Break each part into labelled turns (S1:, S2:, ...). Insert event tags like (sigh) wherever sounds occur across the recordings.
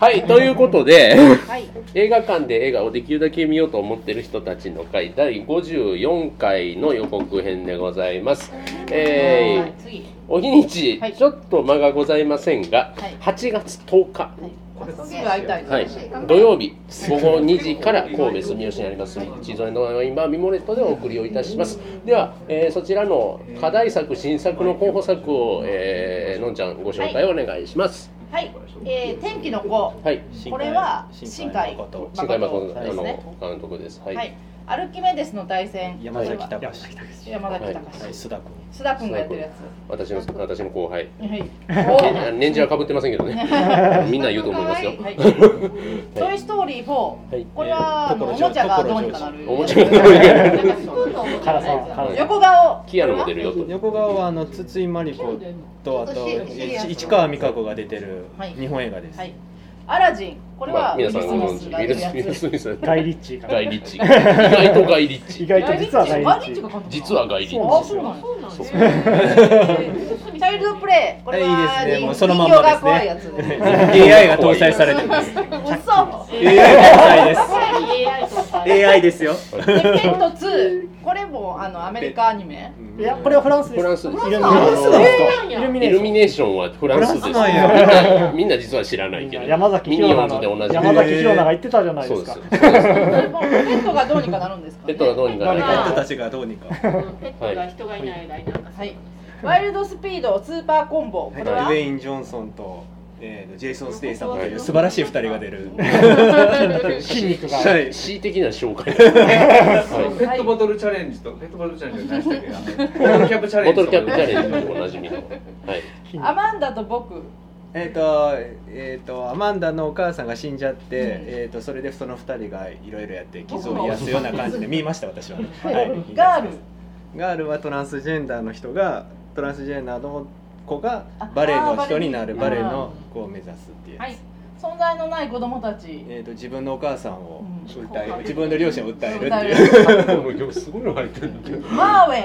S1: はい、ということで、 (laughs)
S2: はい。
S1: 映画館で映画をできるだけ見ようと思ってる人たちの会第54回の予告編でございます。え
S2: はい
S1: ー、
S2: 次。
S1: お日にち、
S2: はい
S1: ちょっと間がございませんが、
S2: はい
S1: 8月10日、
S2: はい。すぐ会いたい。
S1: はい、土曜日午後2時から神戸住吉にあります地沿いのワインバーミモレットでお送りをいたしますでは、えーそちらの課題作新作の候補作を、えーのんちゃんご紹介お願いします
S2: はい。えー、天気の子。
S1: はい
S2: これは新海
S3: 誠
S1: 新海誠あ
S2: です
S1: の
S2: ね。
S1: 監督ですは、
S2: はいい。アルキメデスの対戦。
S3: 山崎
S2: これは
S3: 隆
S2: 山崎
S3: は
S2: 隆
S3: い
S2: 史。
S3: 須田君
S2: 須田君がやってるやつ。
S1: 私の私の後輩
S2: はい。
S1: 年次はかぶってませんけどね
S2: (laughs)
S1: みんな言うと思いますよ (laughs)
S2: はい。トイストーリー4。
S1: い
S2: これはあの
S3: えー
S2: おもちゃがどうにかなる。
S1: おもちゃがどうにかなる
S4: 辛さ
S1: 辛さ
S2: 横顔。
S1: キアのモデルよと
S3: 横顔はあの筒井真理子とあとい市川美香子が出てる
S2: はい
S3: 日本映画です、 (laughs)
S2: はい。アラジン。これ
S1: ま
S2: は
S1: あ、
S2: ウィ
S1: 皆
S2: ル・
S1: さ
S2: ス
S1: んご存
S2: ミス
S1: 知ウ
S2: が
S1: ィ
S2: やって
S1: ル・
S2: る
S1: スミス
S2: やつ。
S1: ミス
S4: ガイリッチーが
S1: 外立意外と外立
S4: 意外と実はガイリ
S2: ガイリ
S4: ッ
S2: ッ
S4: チ
S2: チ
S1: 実
S2: が監督
S4: ー
S1: は外立
S2: あ、そうなん
S5: そうなんです
S2: チャイルドプレイ、これは
S3: えいいですね
S2: 人
S3: もうそのまんまで
S2: 人形が
S3: すね
S2: 怖いやつです。
S3: AI が搭載されてます
S2: 嘘。
S3: AI が搭載です
S2: こ
S5: AI とか
S3: AI ですよ
S2: れでペット2、これもあのアメリカアニメ。
S4: いやこれはフランスです
S1: フランスです
S4: イルミ
S1: イ
S2: フランスなん
S4: ネーションイルミネーシ
S5: えー
S1: ル
S4: ョ
S1: ミネーションはフランスです。み
S3: フ
S1: ん
S3: ランスなん
S1: なみんな実は知らないけど。
S4: ン山崎
S1: ミ
S4: 弘
S1: ニオン
S4: 奈
S1: ズで同
S4: の
S1: じ。
S4: 山崎弘奈が言ってたじゃないで
S1: そうで
S4: すか
S1: す。そうです
S2: これもペットがどうにかなるんですか、
S1: ペッ
S2: ね。
S1: トがどうにかな
S4: 誰
S1: る
S4: か言って
S3: 人たちがどうにか
S5: ペットが人がいない間になんか
S2: はい。ワイルドスピードスーパーコンボ、こ
S3: は
S2: れ
S3: いドウ
S2: は。
S3: ェイン・ジョンソンと,、えーとジェイソン・ステイさんという素晴らしい2人が出る、
S4: 筋肉が
S3: はい
S1: 恣意的な紹介。
S6: ペットボトルチャレンジとペットボトルチャレンジじゃないでしたっけあの (laughs) ボトルキャップチャ
S1: ボ
S6: レンジ
S1: トル
S6: と
S1: キ
S6: か
S1: ャップチャレンジでおなじみの。はい。
S2: アマンダと僕。
S3: えっ、と,、えー、とアマンダのお母さんが死んじゃって、えー、とそれでその2人がいろいろやって傷を癒すような感じで見ました私は、ねはい、
S2: ガール。
S3: ガールはトランスジェンダーの人がトランスジェンダーの子がバレエの人になる
S2: あー
S3: バ
S2: バ
S3: レ
S2: レ
S3: エ
S2: エ
S3: の子を目指すっていうやつ、
S2: はい。存在のない子供たち。
S3: えー、と自分のお母さんを
S2: うん
S3: 訴える、自分の両親を訴えるっていう
S2: マ
S1: 今日すごいの入ってる。
S2: ーウェン。
S3: (laughs)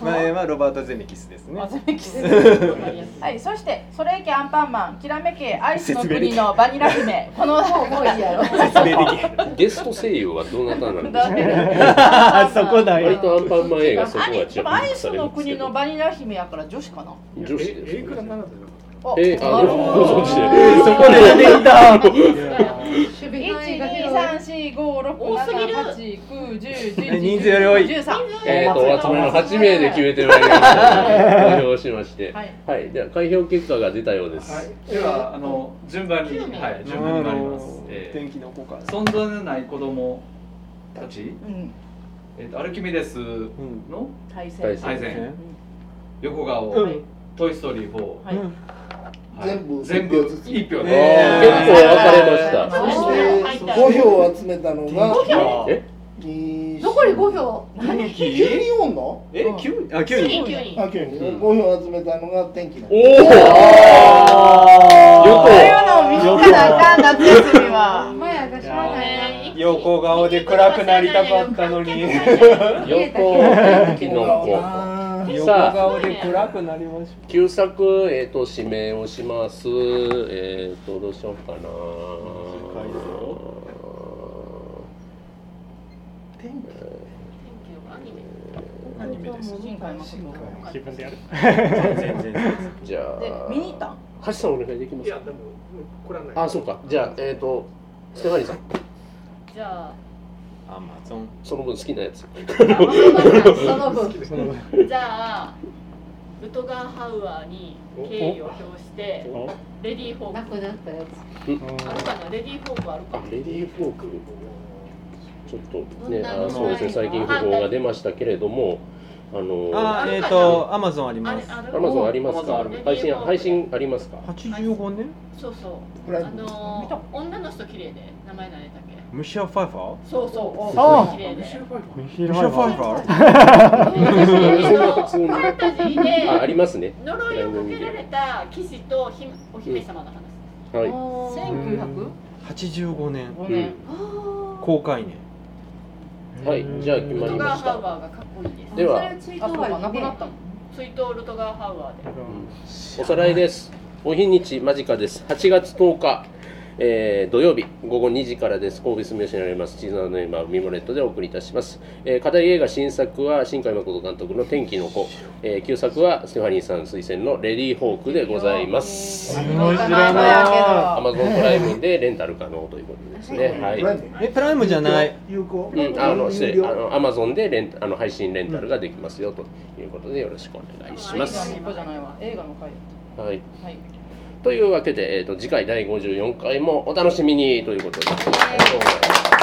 S3: 前はロバート・ゼメキスですね
S2: マズメキス
S3: (laughs)
S5: は。
S2: はいい、そして、それいけアンパンマン、きらめけアイスの国のバニラ
S3: (laughs)
S2: 姫。この、もういいやろ。
S3: 説明できない
S1: ゲスト声優はどなたなんです
S2: だ
S1: か。
S2: ね
S4: そこだ
S1: 割と
S4: よ
S1: アンパンマン映画そこ
S2: あ
S1: は
S2: れ
S1: 注
S2: でも
S1: 目
S2: アイス
S1: される
S2: の
S1: んですけ
S2: 国の
S1: ど。
S2: バニラ姫やから女子かな。
S1: 女子です。
S2: え
S1: えー、あ、ご存知
S3: え
S1: で
S3: ー。そこで出てき
S2: 一二
S3: た
S2: 三四五六
S5: 多すぎる
S2: 七八九十十
S3: え人数より多い
S2: 十三。13
S1: えー、とお集まりの8名で決めてまいりました。投票しまして。
S2: はい
S1: はい。では開票結果が出たようです。
S6: はい、ではあの順番に、はい、順番になります、え
S3: 天気の子か
S6: ー、存在のない子供たち、
S2: うん、
S6: えー、とアルキメデスの
S2: 対
S1: 対
S2: 戦。
S1: 戦
S6: 対
S3: う
S6: 戦
S3: ん
S6: 横顔、
S4: うん
S6: トイ・ストーリー4、
S2: はい。
S6: はい
S7: 全部
S6: 全部1票
S1: あー
S6: で
S3: え
S1: 結構分かれまし
S7: そ
S1: た。
S7: して5票を集めたの
S4: (laughs)
S7: が
S1: え
S7: ど
S4: どこに
S7: 5
S4: 5票
S3: 天
S7: 急
S3: 気
S7: におんの
S3: え9あ9人
S7: あ9人5票集めたのが天気の
S1: お
S7: 子
S1: お。
S2: こういう
S1: よ
S2: のを見つからあかん夏休みは。
S3: 横顔で暗くなりたかったのに
S1: く横きの
S7: あー
S3: 横顔で暗くなりまし
S1: 子旧作えっ、と指名をします。えっ、とどうしようかな。
S3: たアニメです
S2: 新海誠
S4: 自分でやる
S3: 全然
S1: じゃあ。
S2: で、見に行ったん。
S1: 橋さんお願いできますか。あそうか。じゃあえっ、とステファニーさん
S5: じゃあ、
S3: アマゾン
S1: その分好きなやつ。
S2: その分。
S5: じゃあ、ルトガーハウアーに敬意を表して、レディーフォーク。あるかな、レディーフォークある
S1: あ
S5: か。
S1: レディーフォーク。ちょっとね
S5: どんな
S1: あ
S5: の
S1: のそうですね最近不法が出ましたけれどもあの
S3: あーえっ、とアマゾンあり
S5: あ
S3: ま
S5: れ
S3: す
S5: ある
S1: アマゾンあります
S6: あ
S1: か
S6: Amazon
S1: 配信配信ありますか
S3: 85年
S5: そうそう。
S7: こ
S5: あ
S7: れ
S2: 見た
S5: のー、女の人綺麗で、名前何やったっけ
S3: ムシャファイファー
S5: そうそう、
S4: あ
S5: 綺麗で。
S4: ミヒ
S3: ム
S4: ル
S3: シ
S4: ハ
S3: ャ
S4: イ
S3: フ
S4: バ
S3: ァイフ
S4: ー
S3: ァ
S5: 普通のファンタジー
S1: ああ
S5: で
S1: りますね
S5: 呪いをかけられた騎士とひお姫様の話。
S1: はい
S2: 千九百
S3: ー85年
S2: 五年。
S3: 公開年
S1: はいじゃあ決まり
S5: ルト
S1: ま
S5: ガー
S1: し
S5: ハウ
S1: た
S5: アーがかっこいいです。
S1: では
S2: あ、そうか、なくなったの。
S5: 追悼ルトガーハウアーで。
S1: おさらいですお日にち間近です8月10日えー土曜日午後2時からです神戸住吉にあります地図の今ミモレットでお送りいたします、えー課題映画新作は新海誠監督の天気の子、えー旧作はステファニーさん推薦のレディーホークでございます
S4: すごい知
S2: 名
S4: ら
S2: 古屋け
S4: な
S2: ど
S4: い
S1: アマゾンプライムでレンタル可能ということですね。はい。
S3: えプライムじゃない
S7: 有効
S1: うん、あの、失礼、あの、アマゾンでレン、あの、配信レンタルができますよということで、よろしくお願いしま
S2: 映画の
S1: す。
S2: 一個じゃないわ映画の回
S1: はい。
S2: はい
S1: というわけで、えっ、と、次回第54回もお楽しみにということで。ありがとうございます